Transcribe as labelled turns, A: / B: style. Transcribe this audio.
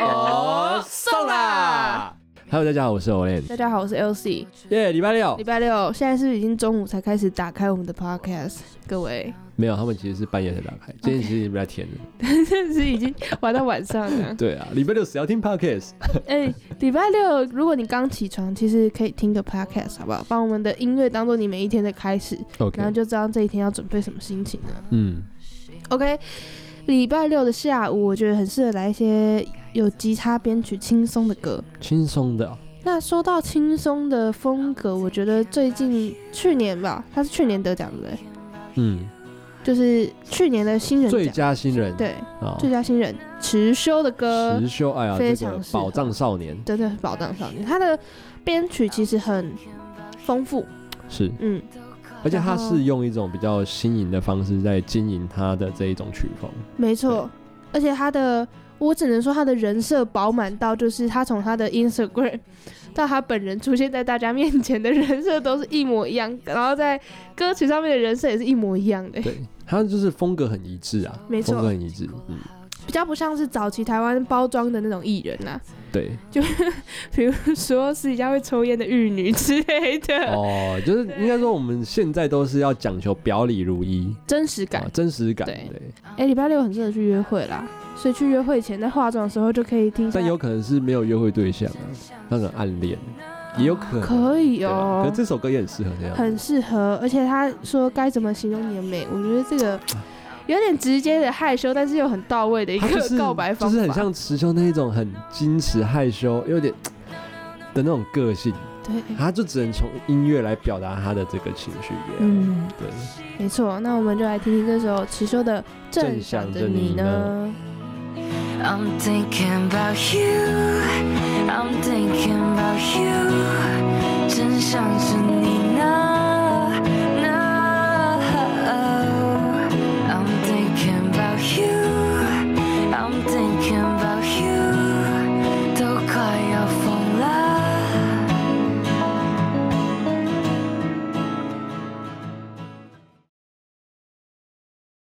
A: 哦 Hello，大家好，我是 Olen。
B: 大家好，我是 LC。
A: 耶，礼拜六
B: 礼拜六，现在是不是已经中午才开始打开我们的 Podcast？各位，
A: 没有，他们其实是半夜才打开，今天其实礼拜天了。。
B: 这是已经玩到晚上了
A: 对啊，礼拜六谁要听 Podcast？
B: 哎、礼拜六，如果你刚起床，其实可以听个 Podcast，好不好？把我们的音乐当做你每一天的开始，然后
A: OK，
B: 就知道这一天要准备什么心情了。
A: 嗯，
B: OK，礼拜六的下午，我觉得很适合来一些有吉他编曲轻松的歌。
A: 轻松的哦，
B: 那说到轻松的风格，我觉得最近去年吧，他是去年得奖的，
A: 嗯，
B: 就是去年的新人
A: 最
B: 奖，
A: 佳新人
B: 对，
A: 啊，
B: 最佳新人池修的歌，
A: 石修，哎呀，
B: 非
A: 这
B: 常
A: 个
B: 适合
A: 宝藏少年
B: 真的是宝藏少年，他的编曲其实很丰富，
A: 是，
B: 嗯，
A: 而且他
B: 然后
A: 是用一种比较新颖的方式在经营他的这一种曲风。
B: 没错，而且他的我只能说他的人设饱满到，就是他从他的 Instagram 到他本人出现在大家面前的人设都是一模一样，然后在歌曲上面的人设也是一模一样的，
A: 对，他就是风格很一致啊，
B: 没错
A: 风格很一致，嗯，
B: 比较不像是早期台湾包装的那种艺人呐、
A: 对，
B: 比如说私底下会抽烟的玉女之类的，
A: 哦，就是应该说我们现在都是要讲求表里如一，
B: 真实感
A: 啊，。真实感，
B: 对
A: 对。
B: 哎、礼拜六很适合去约会啦，所以去约会前在化妆的时候就可以听一下。
A: 但有可能是没有约会对象啊，那种暗恋，也有可能。
B: 可以
A: 对吧
B: 哦、
A: 可是这首歌也很适合这样。
B: 很适合，而且他说该怎么形容你的美，我觉得这个有点直接的害羞，但是又很到位的一
A: 他就
B: 个
A: 是
B: 告白方
A: 就
B: 法，
A: 是很像池修那一种很矜持、害羞，有点的那种个性，
B: 对，
A: 他就只能从音乐来表达他的这个情绪。嗯，
B: 嗯，
A: 对。
B: 没错。那我们就来听听这首池修的《正想着你
A: 正想着
B: 呢》。
C: I'm thinking about you